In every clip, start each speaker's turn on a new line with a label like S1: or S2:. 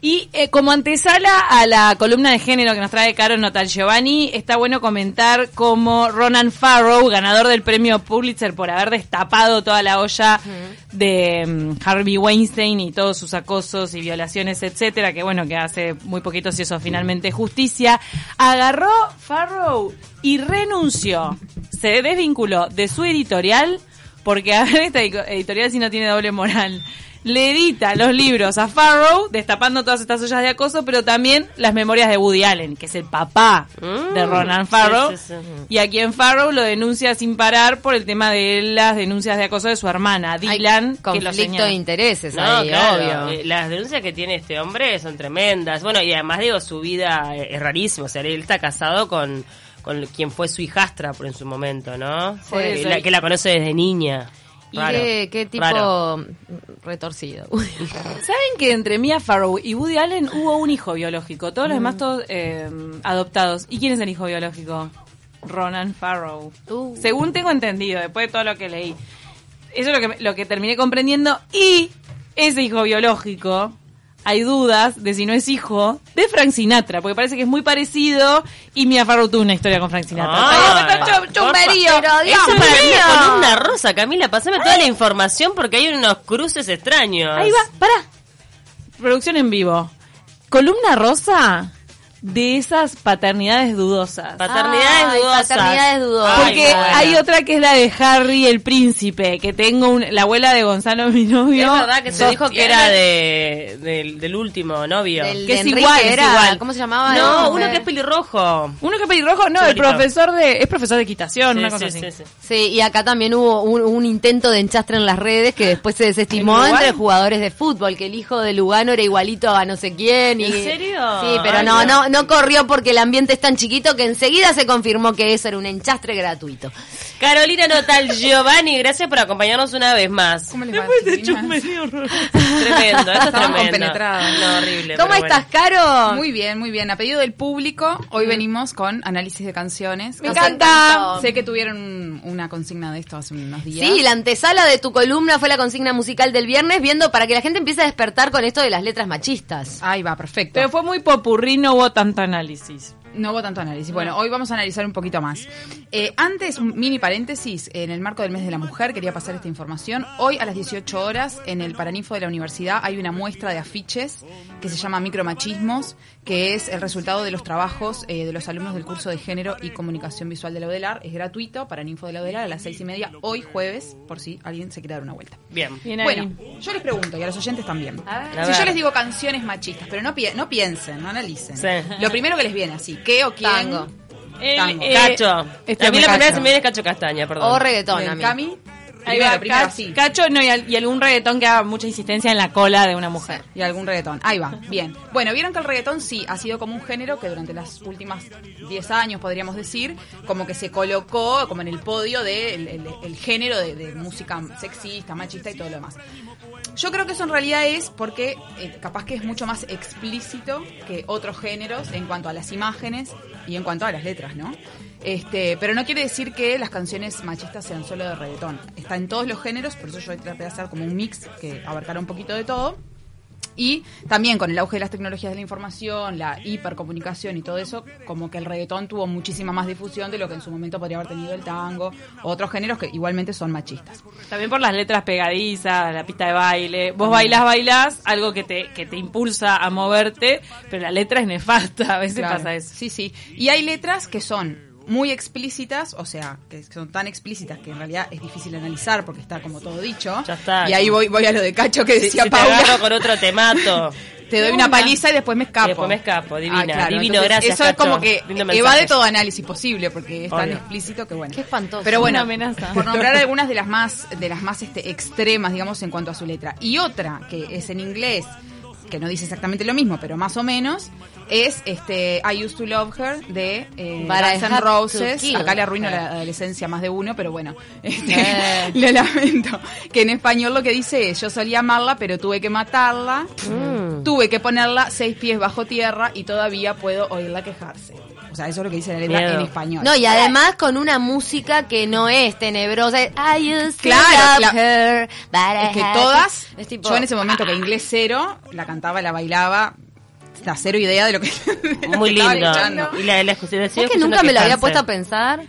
S1: Y eh, como antesala a la columna de género que nos trae Caro Notal Giovanni, está bueno comentar cómo Ronan Farrow, ganador del premio Pulitzer por haber destapado toda la olla de mm, Harvey Weinstein y todos sus acosos y violaciones, etcétera, que bueno, que hace muy poquito si eso finalmente justicia, agarró Farrow y renunció. Se desvinculó de su editorial porque a ver, esta edico- editorial si no tiene doble moral. Le edita los libros a Farrow, destapando todas estas ollas de acoso, pero también las memorias de Woody Allen, que es el papá de Ronan Farrow,
S2: Mm. sí, sí.
S1: y a quien Farrow lo denuncia sin parar por el tema de las denuncias de acoso de su hermana, Dylan, que lo
S3: conflicto
S1: señala.
S3: de intereses
S2: No,
S3: ahí,
S2: claro.
S3: obvio.
S2: eh, Las denuncias que tiene este hombre son tremendas. Bueno, y además digo, su vida eh, es rarísima. O sea, él está casado con, con quien fue su hijastra por en su momento, ¿no?
S3: Por
S2: Eh,
S1: eso,
S2: la-
S1: y-
S2: que la conoce desde niña.
S3: ¿Y
S2: Raro,
S3: qué, qué tipo
S2: raro.
S3: retorcido?
S1: ¿Saben que entre Mia Farrow y Woody Allen hubo un hijo biológico? Todos los demás todos eh, adoptados. ¿Y quién es el hijo biológico? Ronan Farrow.
S3: Uh.
S1: Según tengo entendido, después de todo lo que leí. Eso es lo que, lo que terminé comprendiendo. Y ese hijo biológico, hay dudas de si no es hijo de Frank Sinatra, porque parece que es muy parecido y Mia Farrow tuvo una historia con Frank Sinatra.
S2: Ah,
S1: Está bien, está chum- chumberío.
S3: Pero Dios
S2: Eso es para mí
S3: mío.
S2: una columna rosa, Camila. Pasame toda la información porque hay unos cruces extraños.
S1: Ahí va, pará. Producción en vivo. Columna rosa de esas paternidades dudosas.
S2: Paternidades
S3: Ay,
S2: dudosas.
S3: paternidades dudosas.
S2: Ay,
S1: Porque
S2: bueno.
S1: hay otra que es la de Harry el príncipe, que tengo un- la abuela de Gonzalo, mi novio.
S2: Es verdad que se dijo que
S1: sostiene-
S2: era de, del, del último novio.
S3: Del
S1: que
S3: de
S1: es
S3: Enrique
S1: igual, es
S3: era,
S1: igual.
S3: ¿Cómo se llamaba?
S2: no,
S3: Ese?
S2: uno que es pelirrojo.
S1: Uno que es pelirrojo, no, el
S2: Señorita.
S1: profesor de... Es profesor de equitación, una
S2: Sí,
S1: cosa
S2: sí,
S1: así.
S2: sí, sí.
S3: Sí, y acá también hubo un, un intento de enchastre en las redes que después se desestimó
S1: ¿En Lugano?
S3: entre jugadores de fútbol, que el hijo de Lugano era igualito a no sé quién. Y,
S2: ¿En serio?
S3: Sí, pero
S2: Ay,
S3: no,
S2: no.
S3: no, no corrió porque el ambiente es tan chiquito que enseguida se confirmó que eso era un enchastre gratuito.
S2: Carolina Notal Giovanni, gracias por acompañarnos una vez más.
S4: ¿Cómo les va, chiquilinas?
S2: Tremendo, esto es
S4: Estamos
S2: tremendo.
S4: compenetrados.
S2: No, horrible.
S3: ¿Cómo
S2: pero
S3: estás, Caro?
S4: Muy bien, muy bien. A pedido del público, hoy venimos con análisis de canciones.
S3: Me
S4: Nos
S3: encanta.
S4: encantó. Sé que tuvieron un- una consigna de esto hace unos días.
S3: Sí, la antesala de tu columna fue la consigna musical del viernes, viendo para que la gente empiece a despertar con esto de las letras machistas.
S4: Ahí va, perfecto.
S1: Pero fue muy popurrí, no hubo tanto análisis.
S4: No hubo tanto análisis. Bueno, hoy vamos a analizar un poquito más. Eh, antes, un mini paréntesis, en el marco del mes de la mujer quería pasar esta información. Hoy a las 18 horas en el Paraninfo de la Universidad hay una muestra de afiches que se llama Micromachismos, que es el resultado de los trabajos eh, de los alumnos del curso de Género y Comunicación Visual de la UDELAR. Es gratuito, Paraninfo de la UDELAR a las seis y media, hoy jueves, por si alguien se quiere dar una vuelta.
S2: Bien.
S1: Bien ahí.
S4: Bueno, yo les pregunto, y a los oyentes también.
S2: A
S4: Si
S2: ver.
S4: yo les digo canciones machistas, pero no, pi- no piensen, no analicen.
S2: Sí.
S4: Lo primero que les viene así, ¿qué o quién?
S3: Tango.
S1: El-
S4: Tango.
S1: eh,
S2: Cacho.
S1: este
S2: a mí
S1: hombre
S2: la primera vez
S1: Cacho.
S2: se me viene Cacho Castaña, perdón.
S3: O reggaetón,
S4: Bien,
S3: a mí.
S4: Cami.
S1: Ahí
S4: Primero,
S1: va,
S4: primero,
S1: Cacho-
S4: sí.
S1: Cacho, no, y, al- y algún reggaetón que haga mucha insistencia en la cola de una mujer.
S4: Y algún reggaetón. Ahí va, bien. Bueno, vieron que el reggaetón sí ha sido como un género que durante las últimas 10 años, podríamos decir, como que se colocó como en el podio del de el- el- el género de, de música sexista, machista y todo lo demás. Yo creo que eso en realidad es porque eh, capaz que es mucho más explícito que otros géneros en cuanto a las imágenes y en cuanto a las letras, ¿no? Este, pero no quiere decir que las canciones machistas sean solo de reggaetón. Está en todos los géneros, por eso yo traté de hacer como un mix que abarcara un poquito de todo. Y también con el auge de las tecnologías de la información, la hipercomunicación y todo eso, como que el reggaetón tuvo muchísima más difusión de lo que en su momento podría haber tenido el tango, o otros géneros que igualmente son machistas.
S1: También por las letras pegadizas, la pista de baile. Vos bailás, bailás, algo que te, que te impulsa a moverte, pero la letra es nefasta, a veces
S4: Claro.
S1: pasa eso.
S4: Sí, sí. Y hay letras que son muy explícitas, o sea, que son tan explícitas que en realidad es difícil analizar porque está como todo dicho.
S2: Ya está.
S4: Y ahí voy, voy a lo de Cacho que
S2: Si,
S4: decía
S2: si te
S4: Paula.
S2: agarro con otro temato.
S4: Te doy una paliza y después me escapo.
S2: Y
S4: Ah,
S2: después me escapo, divina, divino,
S4: Entonces,
S2: gracias,
S4: Eso es
S2: Cacho.
S4: como que
S2: Lindo
S4: evade
S2: mensaje.
S4: todo análisis posible porque es tan
S2: Obvio.
S4: explícito que bueno.
S3: Qué espantoso.
S4: Pero bueno,
S1: Una amenaza.
S4: por nombrar algunas de las más de las más este, extremas, digamos, en cuanto a su letra. Y otra que es en inglés, que no dice exactamente lo mismo, pero más o menos es este I used to love her de eh,
S3: But I
S4: Guns N'
S3: had to
S4: Roses.
S3: kill
S4: Acá le arruino
S3: her.
S4: la adolescencia a más de uno, pero bueno, este,
S3: Eh.
S4: le lamento. Que en español lo que dice es yo solía amarla, pero tuve que matarla.
S3: Mm.
S4: Tuve que ponerla seis pies bajo tierra y todavía puedo oírla quejarse. O sea, eso es lo que dice la letra
S2: Miedo.
S4: en español.
S3: No, y además con una música que no es tenebrosa. es, I used to
S4: Claro,
S3: love
S4: claro.
S3: her, but I
S4: es que
S3: had to-".
S4: todas,
S3: Es tipo,
S4: yo en ese momento que inglés cero, la cantaba, la bailaba, hasta cero idea de lo que
S2: Muy
S4: estaban
S2: lindo.
S4: echando.
S2: Y la, la, la- la-
S3: ¿Sabes que
S2: escuchando
S3: nunca me lo había
S2: cáncer.
S3: puesto a pensar?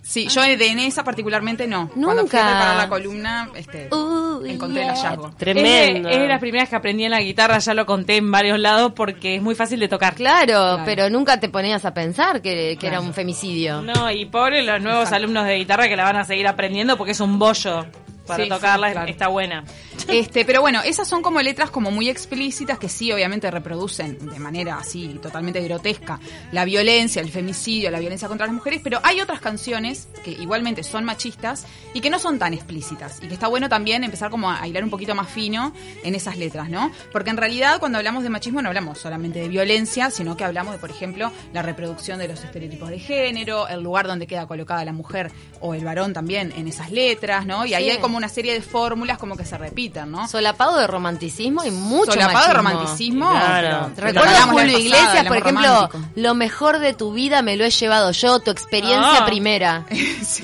S4: Sí, yo de en esa particularmente no. Cuando fui a
S3: Nunca.
S4: preparar la columna, este,
S3: Uh,
S4: encontré
S3: yeah.
S4: el hallazgo.
S2: Tremendo.
S1: Es, de- es de las primeras que aprendí en la guitarra, ya lo conté en varios lados porque es muy fácil de tocar.
S3: Claro, pero nunca te ponías a pensar que, que era un femicidio.
S1: No, y pobre los nuevos alumnos de guitarra que la van a seguir aprendiendo porque es un bollo para
S4: Sí,
S1: tocarla,
S4: sí, claro.
S1: está buena.
S4: Este, pero bueno, esas son como letras como muy explícitas que sí, obviamente reproducen de manera así totalmente grotesca la violencia, el femicidio, la violencia contra las mujeres, pero hay otras canciones que igualmente son machistas y que no son tan explícitas y que está bueno también empezar como a a hilar un poquito más fino en esas letras, ¿no? Porque en realidad cuando hablamos de machismo no hablamos solamente de violencia, sino que hablamos de, por ejemplo, la reproducción de los estereotipos de género, el lugar donde queda colocada la mujer o el varón también en esas letras, ¿no? Y ahí
S3: Sí.
S4: hay como una serie de fórmulas como que se repiten, ¿no?
S3: Solapado de romanticismo y mucho
S4: solapado de
S3: machismo.
S4: romanticismo.
S2: Claro.
S4: pero- pero
S3: Recuerdo a
S4: hablamos la
S3: Julio
S4: vez pasada,
S3: Iglesias,
S4: el
S3: por
S4: amor
S3: ejemplo,
S4: romántico.
S3: lo mejor de tu vida me lo he llevado yo, tu experiencia
S1: Ah.
S3: primera.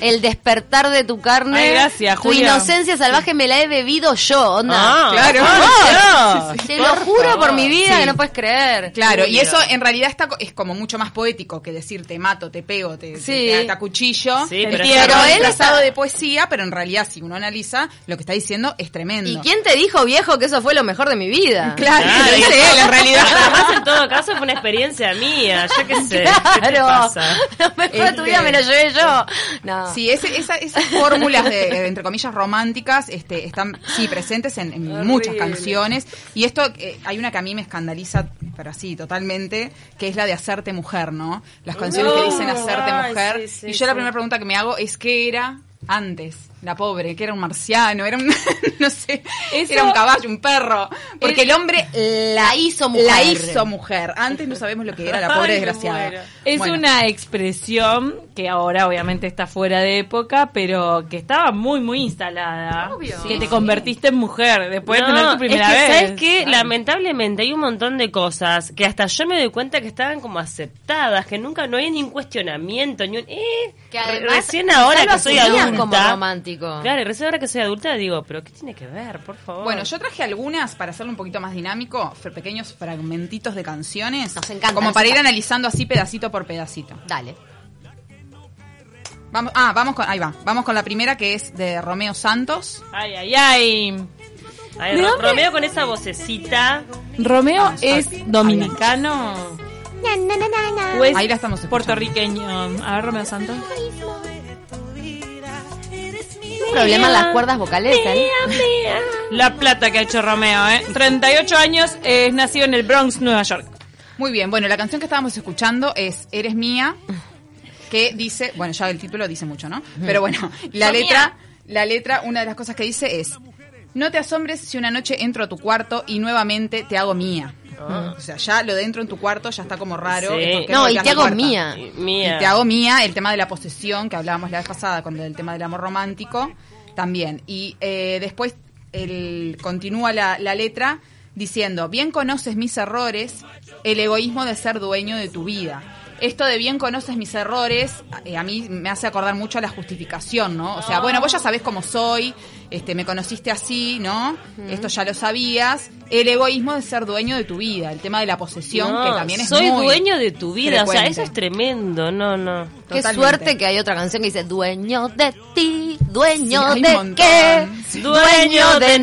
S3: El despertar de tu carne.
S1: Ay, gracias,
S3: tu
S1: Julio.
S3: inocencia salvaje me la he bebido yo, onda.
S2: Ah,
S4: Claro.
S2: ah, claro.
S3: Te lo juro por mi vida que no puedes creer.
S4: Claro, y
S2: Julio.
S4: eso en realidad está co- es como mucho más poético que decir te mato, te pego, te,
S3: Sí.
S4: te, te acuchillo.
S2: Sí, pero
S4: Pero
S3: Pero
S4: él
S3: él
S4: disfrazado
S3: está-
S4: de poesía, pero en realidad si uno analiza, lo que está diciendo es tremendo.
S3: ¿Y quién te dijo, viejo, que eso fue lo mejor de mi vida?
S4: Claro,
S2: Claro,
S4: lo dice él en realidad.
S2: Además, en todo caso, fue una experiencia mía. Yo qué sé. ¿Qué te
S3: Claro.
S2: pasa?
S3: Lo mejor de tu vida me lo llevé yo. No.
S4: Sí, ese- esa- esas fórmulas de, de, entre comillas románticas este, están sí presentes en, en muchas canciones y esto eh, hay una que a mí me escandaliza pero así totalmente que es la de hacerte mujer, ¿no? Las canciones que dicen hacerte
S2: Ay,
S4: mujer
S2: sí, sí,
S4: y yo la
S2: sí.
S4: primera pregunta que me hago es qué era antes la pobre, que era un marciano, era un no sé,
S1: Eso-
S4: era un caballo, un perro, porque el, hombre
S3: La hizo mujer.
S4: la hizo mujer. Antes no sabemos lo que era la pobre
S2: Ay, me muero.
S4: desgraciada.
S1: Es
S4: Bueno.
S1: una expresión que ahora obviamente está fuera de época, pero que estaba muy, muy instalada.
S3: Obvio.
S1: Que
S3: Sí,
S1: te
S3: sí.
S1: convertiste en mujer después de tener tu primera
S2: es que,
S1: vez.
S2: ¿Sabes qué? Lamentablemente hay un montón de cosas que hasta yo me doy cuenta que estaban como aceptadas, que nunca no hay ni un cuestionamiento, ni un. Eh,
S3: Que
S2: Re-
S3: además,
S2: recién
S3: quizá
S2: ahora
S3: lo
S2: que soy
S3: asumías
S2: adulta.
S3: como romántico.
S2: Claro, y recién ahora que soy adulta digo, pero ¿qué tiene que ver, por favor?
S4: Bueno, yo traje algunas para hacerlo un poquito más dinámico, fr- pequeños fragmentitos de canciones.
S3: Nos encanta,
S4: Como
S3: nos
S4: para ir
S3: encanta.
S4: analizando así pedacito por pedacito.
S3: Dale.
S4: Vamos, ah, vamos con, ahí va, vamos con la primera que es de Romeo Santos.
S1: Ay, ay, ay.
S2: A ver,
S1: ¿de
S2: Ro-
S1: dónde-
S2: Romeo con esa vocecita.
S1: Romeo es dominicano. ¿O es
S4: Ahí la estamos escuchando.
S1: puertorriqueño. A ver, Romeo Santos.
S3: Un problema en las cuerdas vocales, ¿eh?
S1: La plata que ha hecho Romeo, ¿eh? 38 años, es nacido en el Bronx, Nueva York.
S4: Muy bien, bueno, la canción que estábamos escuchando es Eres mía, que dice, bueno, ya el título dice mucho, ¿no? Pero bueno, la letra, la letra, una de las cosas que dice es No te asombres si una noche entro a tu cuarto y nuevamente te hago mía. O sea, ya lo de entro en tu cuarto ya está como raro.
S2: Sí.
S4: es porque
S3: No, y te
S4: golpeas la
S3: hago
S4: puerta.
S3: mía.
S2: Mía.
S4: Y te hago mía el tema de la posesión que hablábamos la vez pasada con el tema del amor romántico también. Y eh, después el, continúa la, la letra diciendo, bien conoces mis errores, el egoísmo de ser dueño de tu vida. Esto de bien conoces mis errores, eh, a mí me hace acordar mucho a la justificación, ¿no? O sea, bueno, vos ya sabés cómo soy, este, me conociste así, ¿no? Esto ya lo sabías. El egoísmo de ser dueño de tu vida, el tema de la posesión,
S2: No,
S4: que también es
S2: soy
S4: muy
S2: dueño de tu vida, o sea,
S4: frecuente.
S2: eso es tremendo, no, no.
S3: Qué
S4: Totalmente.
S3: suerte que hay otra canción que dice Dueño de ti, dueño
S4: Sí, hay un
S3: de
S4: montón.
S3: qué,
S4: Sí.
S3: dueño de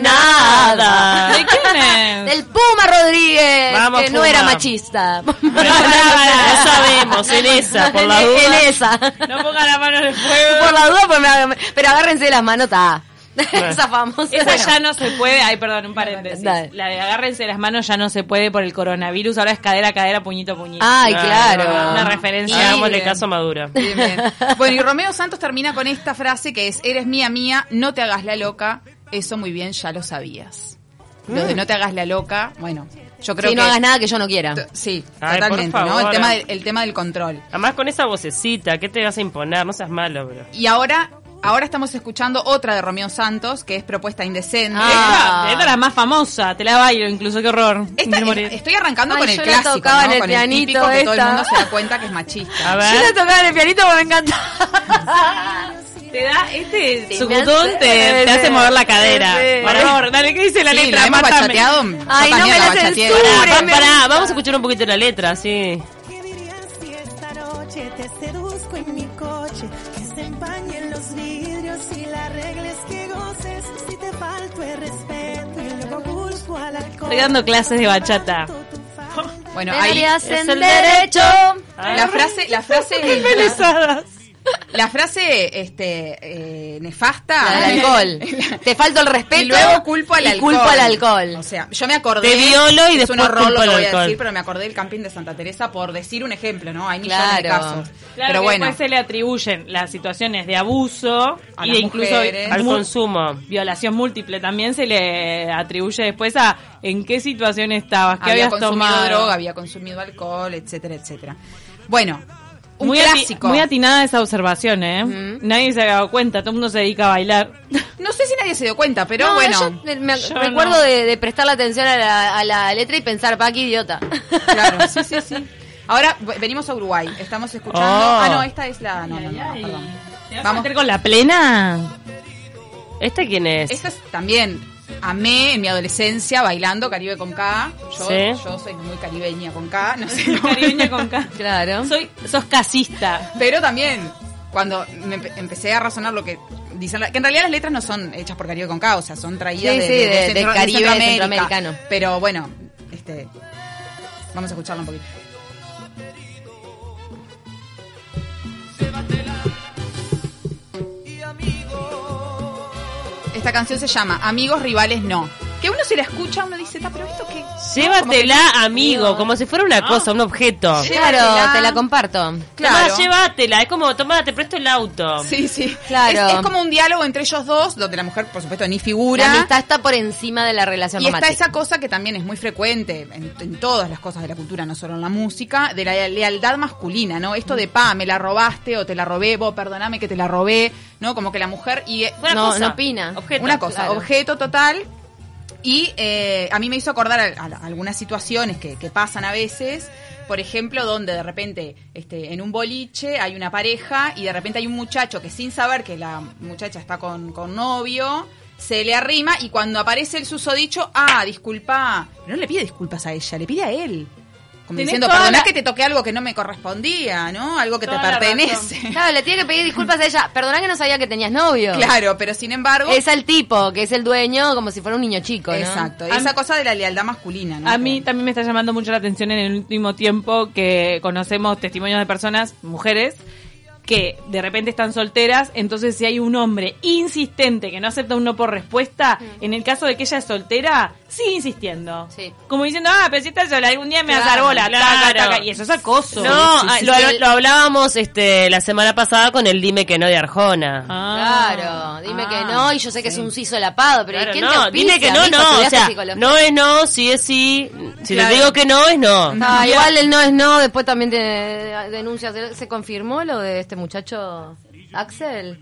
S3: nada.
S1: ¿De quién es?
S3: Del Puma Rodríguez,
S2: Vamos,
S3: que no
S2: Puma.
S3: era machista.
S2: Pero pará, pará, no sabemos, en esa, por la
S3: En-
S2: duda.
S3: En esa.
S1: No ponga la mano en el fuego.
S3: Por la duda, pues me- pero agárrense de las manos, ta. Esa famosa.
S1: Esa ya no se puede. Ay, perdón, un paréntesis.
S3: Dale.
S1: La de agárrense las manos ya no se puede por el coronavirus. Ahora es cadera a cadera, puñito a puñito.
S3: Ay, claro.
S1: Una referencia.
S2: Hagámosle caso a Madura.
S4: Bien, bien. Bueno, y Romeo Santos termina con esta frase que es, eres mía, mía, no te hagas la loca, eso muy bien ya lo sabías. Lo de no te hagas la loca, bueno, yo creo
S3: Si
S4: que...
S3: no hagas nada que yo no quiera.
S4: t- Sí,
S2: Ay, por
S4: totalmente, ¿no? El
S2: favor.
S4: tema, del, el tema del control.
S2: Además con esa vocecita, ¿qué te vas a imponer? No seas malo, bro.
S4: Y ahora, ahora estamos escuchando otra de Romeo Santos, que es Propuesta Indecente.
S3: Ah.
S1: Esta, esta es la más famosa. Te la bailo, incluso. Qué horror.
S4: Esta-
S1: Me morí.
S4: es- estoy arrancando
S3: Ay,
S4: con el
S3: yo la
S4: clásico,
S3: tocaba
S4: ¿no?
S3: en el
S4: con el
S3: pianito
S4: típico que todo el
S3: esta.
S4: mundo se da cuenta que es machista.
S2: A
S3: Yo la
S2: ver.
S3: tocaba en el pianito porque me encantaba.
S1: Te da este
S3: Sí,
S1: sucutón,
S3: me hace-
S1: te, te hace mover la cadera.
S2: Sí.
S1: Por favor, dale, ¿qué dice la
S4: Sí,
S1: letra?
S4: la hemos
S1: Mátame.
S4: bachateado. Yo
S3: Ay, no me
S4: también
S3: la
S4: bachateé.
S3: censure.
S2: Pará,
S3: me
S2: pará, vamos a escuchar un poquito la letra, sí.
S5: ¿Qué dirías si esta noche te seduzco en mi coche? Que se empañen los vidrios y la regla es que goces. Si te falto el respeto y luego busco al alcohol.
S1: Estoy dando clases de bachata.
S5: Tu falda.
S4: Bueno, ahí
S3: Deberías
S2: es
S3: en
S2: el
S3: derecho.
S4: la frase, la frase,
S1: Embelesadas.
S4: la frase, este, eh, nefasta. eh,
S3: La del alcohol. te falto el respeto.
S4: Y luego culpo al
S3: y
S4: alcohol.
S3: culpo al alcohol.
S4: O sea, yo me acordé.
S2: Te violo y
S4: es
S2: después
S4: un horror
S2: culpo
S4: lo que
S2: al
S4: voy a
S2: alcohol.
S4: decir, pero me acordé del camping de Santa Teresa por decir un ejemplo, ¿no? Hay millones de
S3: Claro.
S4: casos.
S1: Claro
S4: pero
S1: que
S4: bueno.
S1: después se le atribuyen las situaciones de abuso
S4: A
S1: y
S4: las
S1: incluso
S4: mujeres.
S2: Al
S1: mu-
S2: consumo.
S1: violación múltiple también se le atribuye después a en qué situación estabas, qué
S4: había
S1: habías
S4: consumido
S1: tomado.
S4: droga, había consumido alcohol, etcétera, etcétera. Bueno, un
S1: muy, ati-
S4: clásico.
S1: muy atinada esa observación, ¿eh? Nadie se ha dado cuenta, todo el mundo se dedica a bailar.
S4: no sé si nadie se dio cuenta, pero
S3: No,
S4: bueno.
S3: yo me- me
S1: Yo
S3: recuerdo
S1: no.
S3: de, de prestar la atención a la, a la letra y pensar, pa, qué idiota.
S4: Claro, sí, sí, sí. Ahora ve- venimos a Uruguay, estamos escuchando.
S2: Oh.
S4: Ah, no, esta es la. No, no, no, perdón.
S1: ¿Vamos a
S4: Vamos.
S1: meter con la plena?
S2: ¿Este quién es?
S4: Esta es también. Amé en mi adolescencia bailando Caribe con K. Yo,
S2: Sí.
S4: yo soy muy caribeña con K, no sé cómo.
S1: Caribeña con K.
S3: Claro.
S1: Soy, sos casista.
S4: Pero también, cuando me empe- empecé a razonar lo que dicen, la- que en realidad las letras no son hechas por Caribe con K, o sea, son traídas
S3: Sí,
S4: de,
S3: sí,
S4: de- de
S3: de- de
S4: Centro- de
S3: Caribe,
S4: Centroamérica.
S3: centroamericano.
S4: Pero bueno, este, vamos a escucharlo un poquito. Esta canción se llama Amigos Rivales No. Que uno si la escucha, uno dice, "Ta, pero esto qué.
S2: Llévatela, amigo, como si fuera una cosa, un objeto.
S4: Sí.
S3: Claro,
S4: Llévatela.
S3: te la comparto.
S4: Claro.
S2: Tomá, llévatela. Es como, tomá, te presto el auto.
S4: Sí, sí.
S3: Claro.
S4: Es, es como un diálogo entre ellos dos, donde la mujer, por supuesto, ni figura.
S3: La amistad está por encima de la relación
S4: Y está
S3: romántica.
S4: esa cosa que también es muy frecuente en, en todas las cosas de la cultura, no solo en la música, de la lealtad masculina, ¿no? Esto de, pa, me la robaste o te la robé, vos perdoname que te la robé, ¿no? Como que la mujer y eh,
S2: Fue una
S3: No,
S2: cosa.
S3: no opina.
S2: Objeto.
S4: una cosa,
S3: claro.
S4: objeto total. Y eh, a mí me hizo acordar a, a- a algunas situaciones que, que pasan a veces. Por ejemplo, donde de repente este, en un boliche hay una pareja y de repente hay un muchacho que sin saber que la muchacha está con, con novio, se le arrima y cuando aparece el susodicho, ah, disculpa, no le pide disculpas a ella, le pide a él. Como
S1: Tenés
S4: diciendo,
S1: toda
S4: perdoná
S1: la-
S4: que te toqué algo que no me correspondía, ¿no? Algo que
S1: Toda
S4: te
S1: la razón.
S4: pertenece.
S3: Claro, le tiene que pedir disculpas a ella. Perdona que no sabía que tenías novio.
S4: Claro, pero sin embargo...
S3: Es al tipo, que es el dueño, como si fuera un niño chico, ¿no?
S4: Exacto,
S1: A
S4: esa
S1: mí-
S4: cosa de la lealtad masculina. ¿no?
S1: A mí
S4: Que-
S1: también me está llamando mucho la atención en el último tiempo que conocemos testimonios de personas, mujeres, que de repente están solteras, entonces si hay un hombre insistente que no acepta un no por respuesta, en el caso de que ella es soltera, sigue insistiendo.
S3: Sí.
S1: Como diciendo, ah, pero si estás sola, algún día me vas a dar
S3: Claro,
S1: bola, taca,
S2: claro.
S1: taca", y eso es acoso.
S2: No, ah,
S3: Sí, sí, sí,
S2: lo,
S3: sí.
S2: lo hablábamos este, la semana pasada con el dime que no de Arjona.
S1: Ah.
S3: Claro, dime
S4: Ah,
S3: que no, y yo sé que es un sí solapado, pero ¿y
S2: Claro,
S3: ¿quién te
S2: no,
S3: auspicia,
S2: dime que no,
S3: mijo?
S2: no, o
S3: Estudiaste
S2: sea,
S3: psicología.
S2: no es no, sí es sí. Si
S4: Claro.
S2: te digo que no, es no.
S3: Ah, igual el no es no, después también tiene denuncias. ¿Se confirmó lo de este muchacho Axel?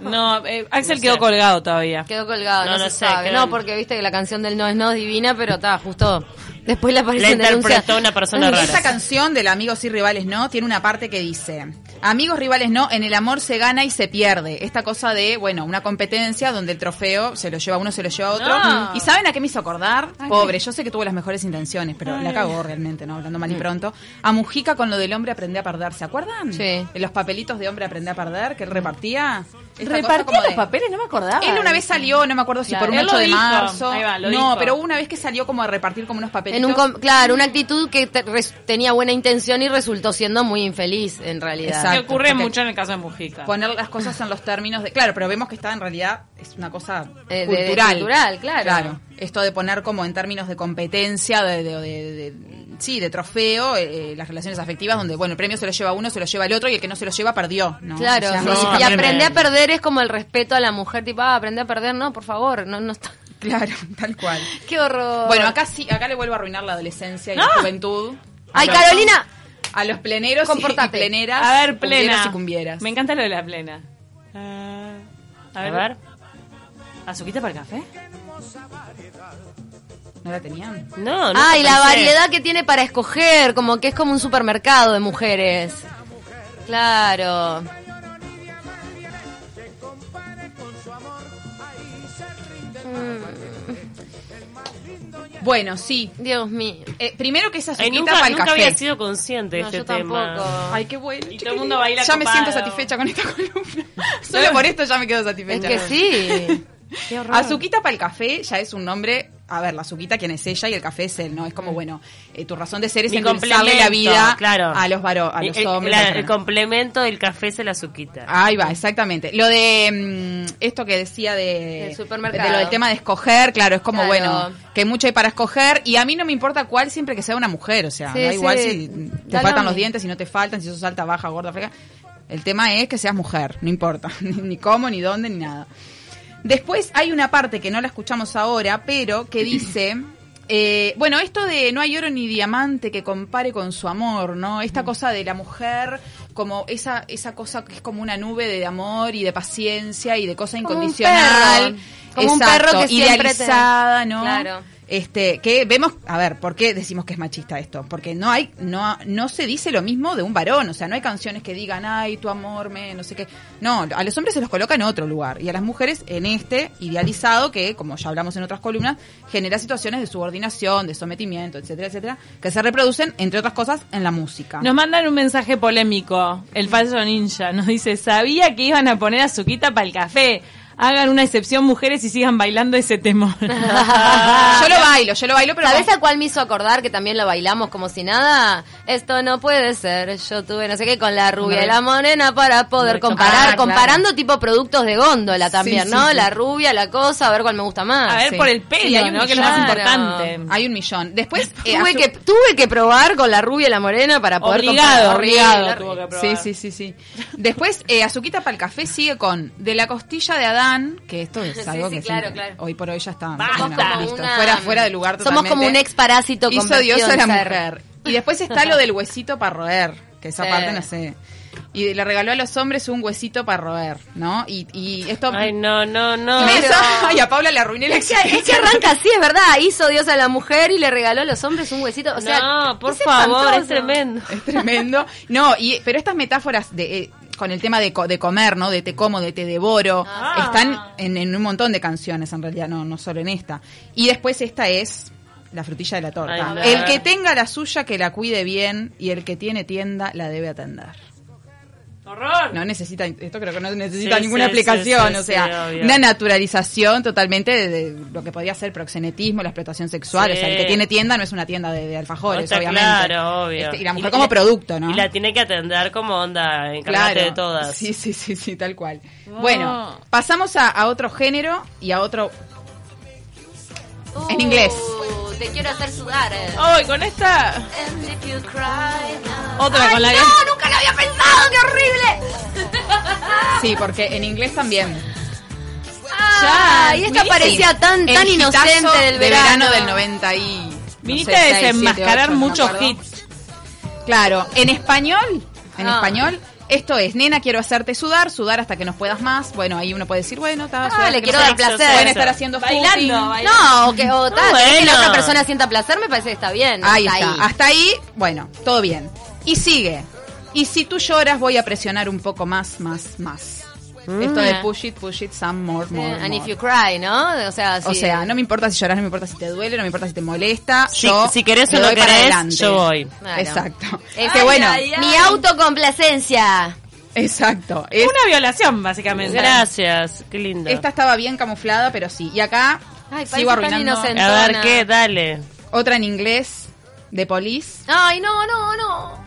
S1: No, eh, Axel quedó colgado todavía.
S3: Quedó colgado, no,
S2: No, no
S3: se
S2: sé,
S3: sabe.
S2: quedó-
S3: No, porque viste que la canción del no es no es divina, pero está, justo después
S2: La
S3: le aparecen denuncias.
S2: interpretó una persona
S4: Esa
S2: rara.
S4: canción del Amigos y Rivales No tiene una parte que dice, Amigos Rivales No, en el amor se gana y se pierde. Esta cosa de, bueno, una competencia donde el trofeo se lo lleva uno, se lo lleva otro.
S2: No.
S4: ¿Y saben a qué me hizo acordar? Pobre, yo sé que tuvo las mejores intenciones, pero la cagó realmente, ¿no? Hablando mal y pronto. A Mujica con lo del hombre aprende a perder, ¿se acuerdan?
S3: Sí.
S4: En los papelitos de hombre aprende a perder que él repartía. Esta cosa
S1: Repartía
S4: como
S1: los
S4: de-
S1: papeles, no me acordaba.
S4: Él una vez salió, no me acuerdo si
S1: Claro.
S4: por un
S1: Él lo
S4: 8 de
S1: dijo.
S4: marzo.
S1: Ahí va, lo
S4: no,
S1: dijo.
S4: pero una vez que salió como a repartir como unos papelitos.
S3: En un com- claro, una actitud que te- res- tenía buena intención y resultó siendo muy infeliz en realidad.
S4: Exacto.
S1: Se ocurre
S4: porque-
S1: mucho en el caso de Mujica.
S4: poner las cosas en los términos de. Claro, pero vemos que está en realidad es una cosa
S3: Eh, de- de
S4: cultural.
S3: cultural, claro.
S4: Esto de poner como en términos de competencia, de, de- de- de- sí, de trofeo, eh, las relaciones afectivas, donde bueno, el premio se lo lleva uno, se lo lleva el otro y el que no se lo lleva perdió. ¿no?
S3: Claro,
S4: O sea,
S3: sí,
S4: no,
S3: sí. y
S2: también.
S3: aprender a perder es como el respeto a la mujer, tipo, ah, aprende a perder, no, por favor, no, no está.
S4: claro, tal cual.
S3: Qué horror.
S4: Bueno, acá sí, acá le vuelvo a arruinar la adolescencia y
S1: No.
S4: la juventud.
S3: ¡Ah! Ay,
S4: A los-
S3: Carolina.
S4: A los pleneros y-
S3: Comportate.
S4: y pleneras.
S1: A ver,
S4: cumbieros
S1: plena.
S4: y cumbieras. Eh,
S1: Me encanta lo de la plena. Ah, a,
S2: A
S1: ver,
S2: ver.
S1: ¿Azuquita para el café?
S4: ¿No la tenían?
S2: No, no
S3: Ay,
S2: te
S3: Ah, la
S2: pensé.
S3: variedad que tiene para escoger, como que es como un supermercado de mujeres. Claro.
S4: Bueno, sí.
S3: Dios mío.
S4: Eh, primero que esa
S2: Ay,
S4: azuquita
S2: nunca
S4: para el
S2: nunca
S4: café.
S2: había sido consciente de
S3: No,
S2: este
S3: yo
S2: tema.
S3: tampoco.
S4: Ay, qué bueno.
S2: Y todo el
S4: chiquilín.
S2: mundo baila
S4: Ya me
S2: copado.
S4: siento satisfecha con esta columna. Solo por esto ya me quedo
S3: Es
S4: satisfecha.
S3: que sí. Qué horror.
S4: Azuquita para el café ya es un nombre. A ver, la azuquita, quien es ella y el café es él, ¿no? Es como, bueno, eh, tu razón de ser
S2: Mm.
S4: es
S2: Mi
S4: endulzarle la
S2: complemento,
S4: vida
S2: claro.
S4: a los varones, a los
S2: el,
S4: hombres.
S2: la-
S4: Ah, a
S2: el
S4: las mujeres.
S2: complemento del café es la azuquita.
S4: Ahí va, exactamente. Lo de mm, esto que decía de,
S3: Del supermercado.
S4: de lo del tema de escoger, claro, es como,
S3: Claro.
S4: bueno, que mucho hay para escoger y a mí no me importa cuál siempre que sea una mujer, o sea,
S3: Sí,
S4: da
S3: sí.
S4: igual si te
S3: Da lo
S4: faltan los
S3: mismo.
S4: dientes, si no te faltan, si sos alta, baja, gorda, flaca. El tema es que seas mujer, no importa, ni cómo, ni dónde, ni nada. Después hay una parte que no la escuchamos ahora, pero que dice, eh, bueno, esto de no hay oro ni diamante que compare con su amor, ¿no?
S3: Mm.
S4: Esta cosa de la mujer como esa esa cosa que es como una nube de amor y de paciencia y de cosa
S3: Como un
S4: incondicional,
S3: perro. Como un perro que siempre te-
S4: idealizada, ¿no?
S3: Claro.
S4: Este, que vemos, a ver, ¿por qué decimos que es machista esto? Porque no hay, no, no se dice lo mismo de un varón, o sea, no hay canciones que digan, ay, tu amor, me, no sé qué. No, a los hombres se los coloca en otro lugar y a las mujeres en este idealizado que, como ya hablamos en otras columnas, genera situaciones de subordinación, de sometimiento, etcétera, etcétera, que se reproducen, entre otras cosas, en la música.
S1: Ah. Nos mandan un mensaje polémico. El falso ninja nos dice, sabía que iban a poner azuquita para el café. Hagan una excepción mujeres y sigan bailando ese temor.
S4: yo lo bailo, yo lo bailo, pero...
S3: ¿Sabes a cuál me hizo acordar que también lo bailamos como si nada? Esto no puede ser. Yo tuve no sé qué con la rubia y la morena para poder
S2: Correcto.
S3: comparar.
S4: Ah, claro.
S3: Comparando tipo productos de góndola también,
S4: Sí, sí,
S3: ¿no?
S4: sí.
S3: La rubia, la cosa, a ver cuál me gusta más.
S1: a ver
S4: sí.
S1: por el pelo,
S4: Sí, hay un
S1: ¿no? Que es lo más
S3: claro.
S1: importante.
S4: Hay un millón. Después... eh,
S3: Tuve
S4: azu-
S3: que, tuve que probar con la rubia y la morena para poder
S1: Obligado,
S3: comparar.
S1: obligado.
S3: Horrible,
S1: tuvo que probar.
S4: Sí, sí, sí, sí. Después, eh, Azuquita para el café sigue con De la costilla de Adán, que esto es
S3: Sí,
S4: algo
S3: sí,
S4: que
S3: claro,
S4: siempre-
S3: claro.
S4: hoy por hoy ya está
S2: Basta.
S4: bueno,
S3: Somos como
S4: listo,
S3: una-
S4: fuera, fuera de lugar
S3: Somos como un
S4: totalmente.
S3: ex parásito
S4: Hizo
S3: convertido
S4: Dios a
S3: en
S4: la
S3: ser.
S4: mujer. Y después está lo del huesito para roer, que esa
S3: Sí.
S4: parte no sé. Y le regaló a los hombres un huesito para roer, ¿no? Y, y esto...
S2: Ay, no, no, no.
S4: Me-
S3: pero-
S4: Ay, a Paula le arruiné la
S3: Es que, es que arranca así, es verdad. Hizo Dios a la mujer y le regaló a los hombres un huesito. O sea,
S2: no, por
S3: es
S2: favor, es
S3: espantoso.
S2: tremendo.
S4: Es tremendo. No, y pero estas metáforas de eh, con el tema de, co- de comer, ¿no? De te como, de te devoro,
S2: Ah.
S4: están en, en un montón de canciones en realidad, no, no solo en esta. Y después esta es la frutilla de la
S2: Ay,
S4: torta.
S2: no.
S4: el que tenga la suya que la cuide bien y el que tiene tienda la debe atender.
S1: Horror.
S4: No necesita, esto creo que no necesita
S2: Sí,
S4: ninguna
S2: sí,
S4: explicación,
S2: sí, sí,
S4: o sea,
S2: sí, obvio.
S4: una naturalización totalmente de, de lo que podía ser proxenetismo, la explotación sexual,
S2: Sí.
S4: o sea, el que tiene tienda no es una tienda de, de alfajores,
S2: Está
S4: obviamente.
S2: Claro, obvio.
S4: Este, y la mujer como producto, ¿no?
S2: Y la tiene que atender como onda, encargate de todas.
S4: Sí, sí, sí, sí, tal cual. Bueno, pasamos a, a otro género y a otro. En inglés.
S3: Uh, Te quiero hacer sudar. eh.
S1: Hoy con esta
S3: And if you cry now.
S1: otra con la
S3: ¡Ay,
S1: que
S3: no! ¡Nunca lo había pensado! ¡Qué horrible! Oh.
S4: Sí, porque en inglés también.
S3: ¡Ay! Esta
S4: Buenísimo.
S3: parecía tan,
S4: El
S3: tan
S4: hitazo
S3: inocente del
S4: de
S3: verano.
S4: del 90 y. no
S1: viniste
S4: sé,
S1: a
S4: seis, siete,
S1: desenmascarar
S4: ocho, no me
S1: muchos
S4: acuerdo.
S1: hits.
S4: Claro, en español, en
S3: Ah.
S4: español, esto es, nena, quiero hacerte sudar, sudar hasta que no puedas más. Bueno, ahí uno puede decir, bueno, estaba
S3: Ah, le quiero
S2: no
S3: dar
S2: sea
S3: placer.
S4: Pueden
S2: eso.
S4: estar haciendo
S1: Bailando,
S4: footing.
S1: bailando.
S3: No, o que, o tal, que
S2: Bueno.
S3: la otra persona sienta placer me parece que está bien.
S4: Ahí
S3: hasta
S4: está. Ah, Hasta ahí, bueno, todo bien. Y sigue. Y si tú lloras, voy a presionar un poco más, más, más. Esto de push it, push it, some more,
S3: Mm. Eh,
S4: more.
S3: And if
S4: more.
S3: you cry, ¿no? O sea,
S4: O
S3: sí.
S4: sea, no me importa si lloras, no me importa si te duele, no me importa si te molesta.
S2: Si-
S4: yo
S2: si querés
S4: le
S2: o no
S4: doy para
S2: querés,
S4: adelante.
S2: yo voy.
S3: Claro.
S4: Exacto.
S3: Es
S4: que Este, bueno,
S3: Mi autocomplacencia.
S4: exacto. Es-
S1: Una violación, básicamente.
S2: Gracias, qué lindo.
S4: esta estaba bien camuflada, pero sí. Y acá
S3: Ay, parece
S4: sigo
S3: tan
S4: arruinando.
S3: inocente.
S2: A ver
S3: Entona.
S2: qué, dale.
S4: Otra en inglés, de Police.
S3: Ay, no, no, no.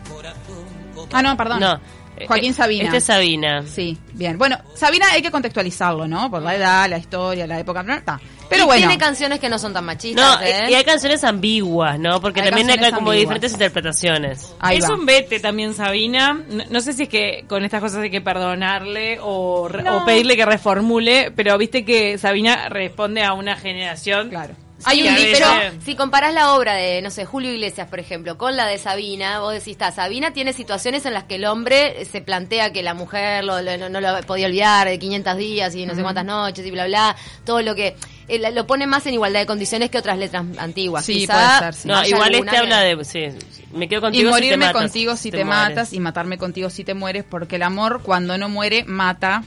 S4: Ah, no, perdón.
S2: No.
S4: Joaquín
S2: Eh,
S4: Sabina.
S2: Este es Sabina.
S4: Sí, bien. Bueno, Sabina hay que contextualizarlo, ¿no? Por la edad, la historia, la época. bla, ta. Pero
S3: Y
S4: bueno,
S3: Tiene canciones que no son tan machistas,
S2: No,
S3: ¿eh?
S2: y y hay canciones ambiguas, ¿no? Porque
S4: Hay
S2: también hay
S4: canciones
S2: como
S4: ambiguas.
S2: diferentes interpretaciones.
S4: ahí
S1: es
S4: va.
S1: un vete también, Sabina. No, no sé si es que con estas cosas hay que perdonarle o, re-
S4: No.
S1: o pedirle que reformule, pero viste que Sabina responde a una generación.
S4: Claro.
S3: Hay
S1: Sí,
S3: un
S1: a
S3: di-
S1: veces.
S3: pero si comparás la obra de, no sé, Julio Iglesias, por ejemplo, con la de Sabina, vos decís, está, Sabina tiene situaciones en las que el hombre eh, se plantea que la mujer lo- lo- no lo podía olvidar de 500 días y no sé cuántas noches y bla, bla, todo lo que... eh, la- lo pone más en igualdad de condiciones que otras letras antiguas.
S4: Sí,
S3: Quizá
S4: puede ser, sí.
S2: No,
S3: haya
S2: igual
S3: alguna
S2: este
S3: que-
S2: habla de. Sí, sí, me quedo
S4: Y
S2: contigo. si te
S4: morirme
S2: matas,
S4: contigo si te, matas
S2: mueres.
S4: y matarme contigo si te mueres, porque el amor cuando no muere mata.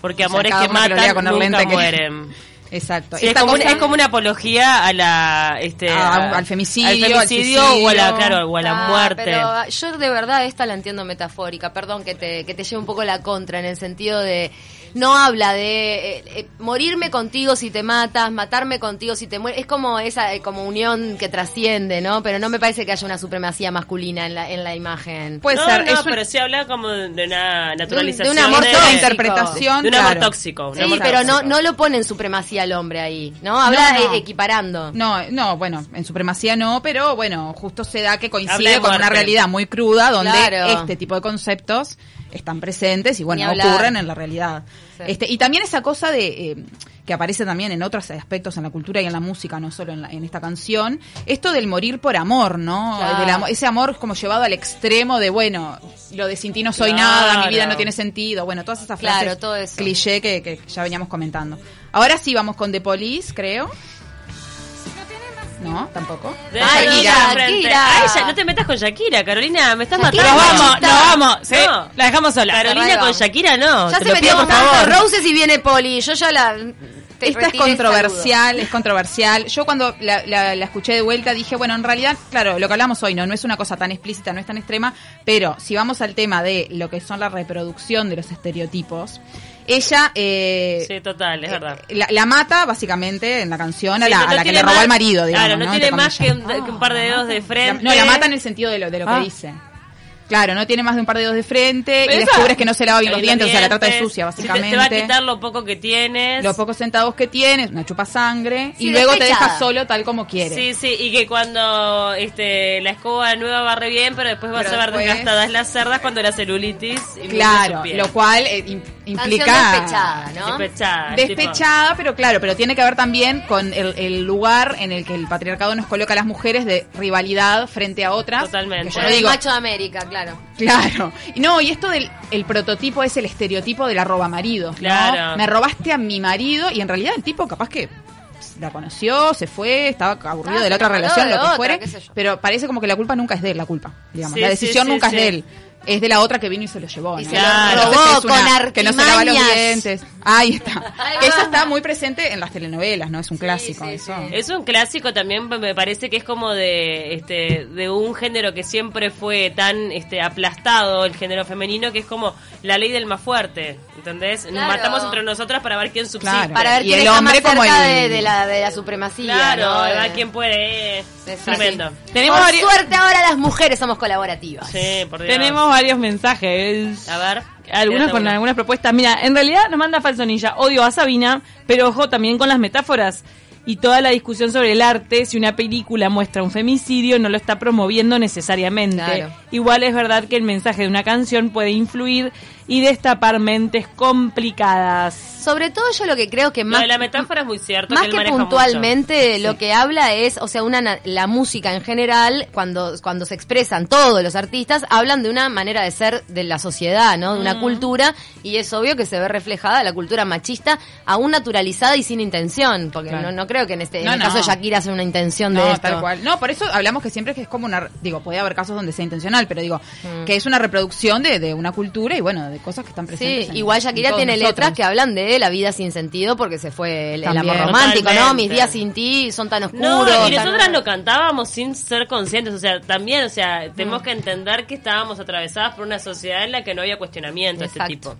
S2: Porque
S4: O sea,
S2: amores
S4: cada
S2: que
S4: uno que lo
S2: matan
S4: lea con
S2: nunca
S4: Arlenta que-
S2: mueren.
S4: Exacto.
S2: Sí, es,
S4: Esta
S2: como
S4: cosa-
S2: una, es como una apología a la, este,
S4: A- al femicidio,
S2: al
S4: al
S2: femicidio o a la,
S4: suicidio.
S2: claro, o a la
S3: Ah,
S2: muerte.
S3: Pero ah, yo de verdad esta la entiendo metafórica, perdón que te, que te lleve un poco la contra, en el sentido de no habla de eh, eh, morirme contigo si te matas, matarme contigo si te mueres, es como esa eh, como unión que trasciende, ¿no? Pero no me parece que haya una supremacía masculina en la, en la imagen.
S4: puede
S2: no,
S4: ser.
S2: no,
S4: es un-
S2: pero se habla como de una naturalización.
S3: de un amor
S4: toda
S3: tóxico.
S4: interpretación.
S2: de un amor
S4: claro.
S2: tóxico. un
S3: Sí,
S2: amor
S3: pero no,
S2: tóxico.
S3: no lo pone en supremacía al hombre ahí, ¿no? Habla
S4: No, no.
S3: eh, equiparando.
S4: No, no, bueno, en supremacía no, pero bueno, justo se da que
S2: Habla
S4: coincide
S2: de
S4: con una
S2: muerte.
S4: realidad muy cruda donde
S3: Claro.
S4: este tipo de conceptos están presentes y
S3: Ni
S4: bueno,
S3: hablar.
S4: ocurren en la realidad.
S3: Sí.
S4: Este, y también esa cosa de eh, que aparece también en otros aspectos en la cultura y en la música, no solo en, la- en esta canción, esto del morir por amor, ¿no?
S3: Claro.
S4: Del amor- ese amor como llevado al extremo de, bueno, lo de sin ti no soy
S2: Claro.
S4: nada, mi vida no tiene sentido, bueno, todas esas
S3: Claro,
S4: frases
S3: todo eso.
S4: cliché que, que ya veníamos comentando. Ahora sí vamos con The Police, creo. No, tampoco.
S2: De-
S3: Ay,
S2: de- de-
S3: Shakira.
S2: frente. Ay, ya, no te metas con Shakira, Carolina, me estás
S3: Shakira
S1: Nos
S2: matando.
S3: Claro,
S1: vamos,
S3: está.
S1: nos vamos. ¿sí?
S2: No.
S1: La dejamos sola.
S2: Carolina
S3: Ahí va.
S2: con Shakira no.
S3: ya
S2: te
S3: se
S2: lo pido,
S3: metió
S2: por
S3: tanto
S2: favor.
S3: Roses y viene Poli, yo ya la... te
S4: Esta es
S3: retiré el saludo.
S4: controversial, es controversial. Yo cuando la, la- la escuché de vuelta dije, bueno, en realidad, claro, lo que hablamos hoy no, no es una cosa tan explícita, no es tan extrema, pero si vamos al tema de lo que son la reproducción de los estereotipos, ella eh,
S2: Sí, total, es verdad.
S4: la, la mata básicamente en la canción a
S2: Sí,
S4: la,
S2: no-
S4: a
S2: no
S4: la que
S2: tiene
S4: le robó
S2: más-
S4: al marido, digamos.
S2: Claro, no,
S4: Entre
S2: tiene más que
S4: comillas.
S2: un, que un par de dedos de
S4: La-
S2: frente.
S4: Ah, no, la mata en el sentido de lo, de lo que
S1: Ah.
S4: dice. Claro, no tiene más de un par de dedos de frente
S1: Pero
S4: y
S1: esa-
S4: descubres que no se lava bien los
S2: Ahí
S4: dientes, o sea, la trata de
S2: dientes.
S4: sucia,
S2: Sí, te- Te, va a
S4: básicamente.
S2: quitar lo poco que tienes.
S4: los pocos centavos que tienes, una chupa sangre
S3: Sí,
S4: y luego te
S3: despechada.
S4: deja solo tal como quiere.
S2: Sí, sí, y que cuando este, la escoba nueva barre bien, pero después vas
S4: Pero
S2: a ver
S4: después-
S2: desgastadas las cerdas cuando la celulitis. y
S4: claro,
S2: luce su
S4: lo
S2: piel.
S4: cual eh, im-
S3: Canción
S4: implica
S3: despechada, Ah, ¿no?
S2: Despechada.
S4: Despechada, pero claro, pero tiene que ver también con el, el lugar en el que el patriarcado nos coloca a las mujeres de rivalidad frente a otras.
S2: Totalmente.
S4: que yo
S3: Por
S4: no
S3: el
S4: digo,
S3: macho de América, claro.
S4: Claro. Y No, y esto del el prototipo es el estereotipo del arroba marido. ¿no?
S2: Claro.
S4: Me robaste a mi marido y en realidad el tipo capaz que la conoció, se fue, estaba aburrido
S3: Ah,
S4: de la
S3: se
S4: otra
S3: enamoró
S4: relación,
S3: de
S4: lo que
S3: otra,
S4: fuere,
S3: qué sé yo.
S4: pero parece como que la culpa nunca es de él, la culpa, digamos.
S2: Sí,
S4: la
S2: sí,
S4: decisión
S2: sí,
S4: nunca
S2: sí.
S4: es de él. Es de la otra que vino y se lo llevó.
S3: Y
S4: ¿no?
S3: se lo
S2: Claro.
S3: robó
S4: Entonces es una-
S3: con
S4: que no se lava los
S3: artimañas.
S4: dientes. Ahí está.
S3: Ahí
S4: Que ella
S3: va.
S4: está muy presente en las telenovelas, ¿no? Es un clásico
S3: sí,
S4: eso.
S3: sí.
S2: Es un clásico también, me parece que es como de este de un género que siempre fue tan este aplastado, el género femenino, que es como la ley del más fuerte, ¿entendés? Nos
S3: Claro.
S2: matamos entre nosotras para ver quién subsiste.
S4: Claro.
S3: Para ver
S4: Y
S3: quién
S4: el
S3: está
S4: hombre
S3: más
S4: como
S3: cerca de,
S4: el-
S3: de la, de la supremacía.
S2: Claro,
S3: ¿no?
S2: a
S3: De-
S2: ver quién puede. eh.
S3: de- sí,
S2: Tremendo.
S3: sí.
S1: Tenemos
S3: por
S1: vari-
S3: suerte ahora las mujeres somos colaborativas.
S2: Sí, por Dios.
S1: Tenemos varios mensajes.
S2: A ver.
S1: Algunos con
S2: Bueno.
S1: algunas propuestas. Mira, en realidad nos manda Falsonilla. Odio a Sabina, pero ojo también con las metáforas y toda la discusión sobre el arte. Si una película muestra un femicidio, no lo está promoviendo necesariamente.
S3: Claro.
S1: Igual es verdad que el mensaje de una canción puede influir y destapar mentes complicadas.
S3: Sobre todo yo lo que creo que
S2: Lo
S3: más
S2: de la metáfora es muy cierto.
S3: Más
S2: él
S3: que
S2: maneja
S3: puntualmente,
S2: mucho.
S3: lo
S2: Sí.
S3: que habla es, o sea, una, na- la música en general, cuando, cuando se expresan todos los artistas, hablan de una manera de ser de la sociedad, ¿no? De una cultura, y es obvio que se ve reflejada la cultura machista, aún naturalizada y sin intención, porque
S1: Claro.
S3: no, no creo que en este en
S4: No,
S3: el
S4: no.
S3: caso de Shakira sea una intención de
S4: No,
S3: esto.
S4: tal cual. No, por eso hablamos que siempre que es como una. Digo, puede haber casos donde sea intencional, pero digo, que es una reproducción de, de una cultura y bueno, de cosas que están presentes.
S3: Mm. Sí,
S4: en-
S3: igual
S4: en
S3: Shakira
S4: todos
S3: tiene
S4: nosotros.
S3: letras que hablan de la vida sin sentido porque se fue el, el
S4: También.
S3: amor romántico, ¿no? Mis
S2: Totalmente.
S3: días sin ti son tan oscuros.
S2: No, y
S3: tan-
S2: nosotras lo cantábamos sin ser conscientes, o sea, también, o sea, tenemos que entender que estábamos atravesadas por una sociedad en la que no había cuestionamiento de este
S3: Exacto.
S2: tipo.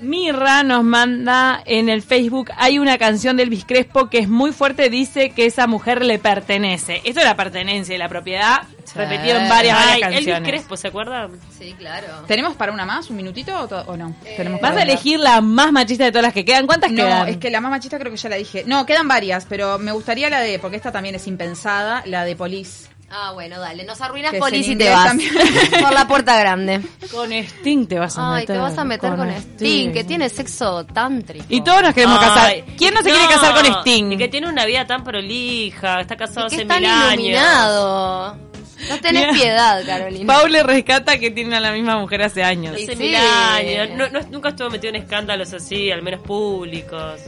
S1: Mirra nos manda en el Facebook, hay una canción del Biscrespo que es muy fuerte, dice que esa mujer le pertenece. Esto es la pertenencia y la propiedad,
S3: Sí.
S1: repetido en varias, varias
S2: Ay, Elvis
S1: canciones.
S2: Crespo, ¿se acuerdan?
S3: Sí, claro.
S4: ¿Tenemos para una más? ¿Un minutito o, to- o no? Tenemos
S1: Vas
S4: para
S1: a
S4: una.
S1: elegir la más machista de todas las que quedan. ¿Cuántas
S4: No,
S1: quedan?
S4: es que la más machista creo que ya la dije. No, quedan varias, pero me gustaría la de. Porque esta también es impensada, la de Police.
S3: Ah, bueno, dale. Nos arruinas
S4: Que es
S3: polis
S4: en
S3: y te
S4: inglés
S3: vas.
S4: también.
S3: Por la puerta grande.
S1: Con Sting te vas a
S3: Ay,
S1: meter.
S3: te vas a meter con Sting, que tiene sexo tántrico.
S1: Y todos nos queremos
S2: Ay,
S1: casar. ¿Quién no se quiere casar con Sting?
S2: Y que tiene una vida tan prolija, está casado
S3: Que
S2: hace
S3: es tan
S2: mil años.
S3: iluminado. No tenés
S1: Mira.
S3: piedad, Carolina.
S1: Paul le rescata que tiene a la misma mujer hace años.
S2: Hace
S3: Sí.
S2: mil años. No- no- nunca estuvo metido en escándalos así, al menos públicos.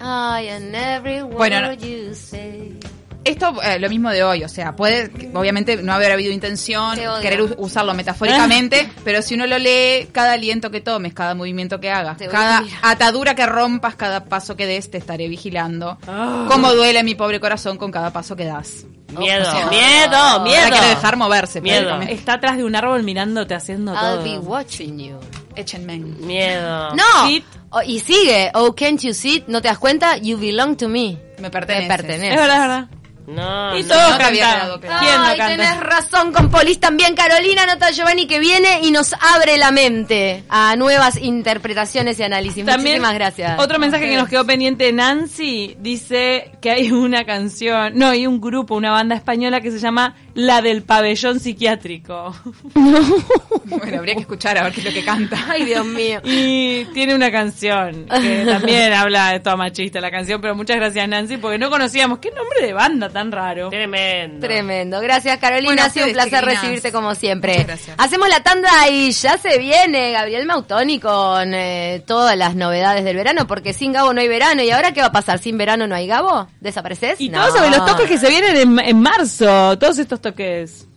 S3: Ay, and every word
S4: Bueno, no.
S3: you say.
S4: Esto, eh, lo mismo de hoy, o sea, puede, obviamente, no haber habido intención,
S3: Te odio.
S4: querer u- usarlo metafóricamente, pero si uno lo lee, cada aliento que tomes, cada movimiento que hagas,
S3: Te voy a
S4: cada
S3: mirar.
S4: atadura que rompas, cada paso que des, te estaré vigilando.
S2: Ah.
S4: Cómo duele mi pobre corazón con cada paso que das.
S2: Miedo,
S3: Oh.
S2: miedo, miedo.
S4: Ahora quiero dejar moverse. pero
S2: Miedo.
S4: me-
S1: Está atrás de un árbol mirándote haciendo
S3: I'll be
S1: todo.
S3: watching you.
S4: Échenme.
S2: Miedo.
S3: No.
S1: Sit.
S3: Oh, y sigue. Oh, can't you sit? ¿No te das cuenta? You belong to me.
S4: Me perteneces.
S3: Me
S1: Es
S3: perteneces.
S1: verdad, es verdad.
S2: No.
S1: Y
S2: no.
S1: todos
S4: no te había
S1: cantaron.
S4: quedado claro.
S1: ¿Quién no
S3: Ay, tenés
S1: canta?
S3: razón con Polis también, Carolina Nota Giovanni, que viene y nos abre la mente a nuevas interpretaciones y análisis.
S1: También,
S3: Muchísimas gracias.
S1: Otro mensaje que nos quedó pendiente, Nancy, dice que hay una canción, no, hay un grupo, una banda española que se llama La del Pabellón Psiquiátrico.
S4: Bueno, habría que escuchar a ver qué es lo que canta.
S3: Ay, Dios mío.
S1: Y tiene una canción que también habla de toda machista la canción, pero muchas gracias Nancy porque no conocíamos qué nombre de banda tan raro.
S2: Tremendo.
S3: Tremendo. Gracias, Carolina.
S4: Bueno,
S3: ha sido un placer
S4: ustedes, chiquilinas.
S3: recibirte como siempre.
S4: Muchas gracias.
S3: Hacemos la tanda y ya se viene Gabriel Mautoni con eh, todas las novedades del verano, porque sin Gabo no hay verano. ¿Y ahora qué va a pasar? ¿Sin verano no hay Gabo? ¿Desapareces?
S1: Y
S3: No.
S1: todo sobre los toques que se vienen en, en marzo, todos estos toques.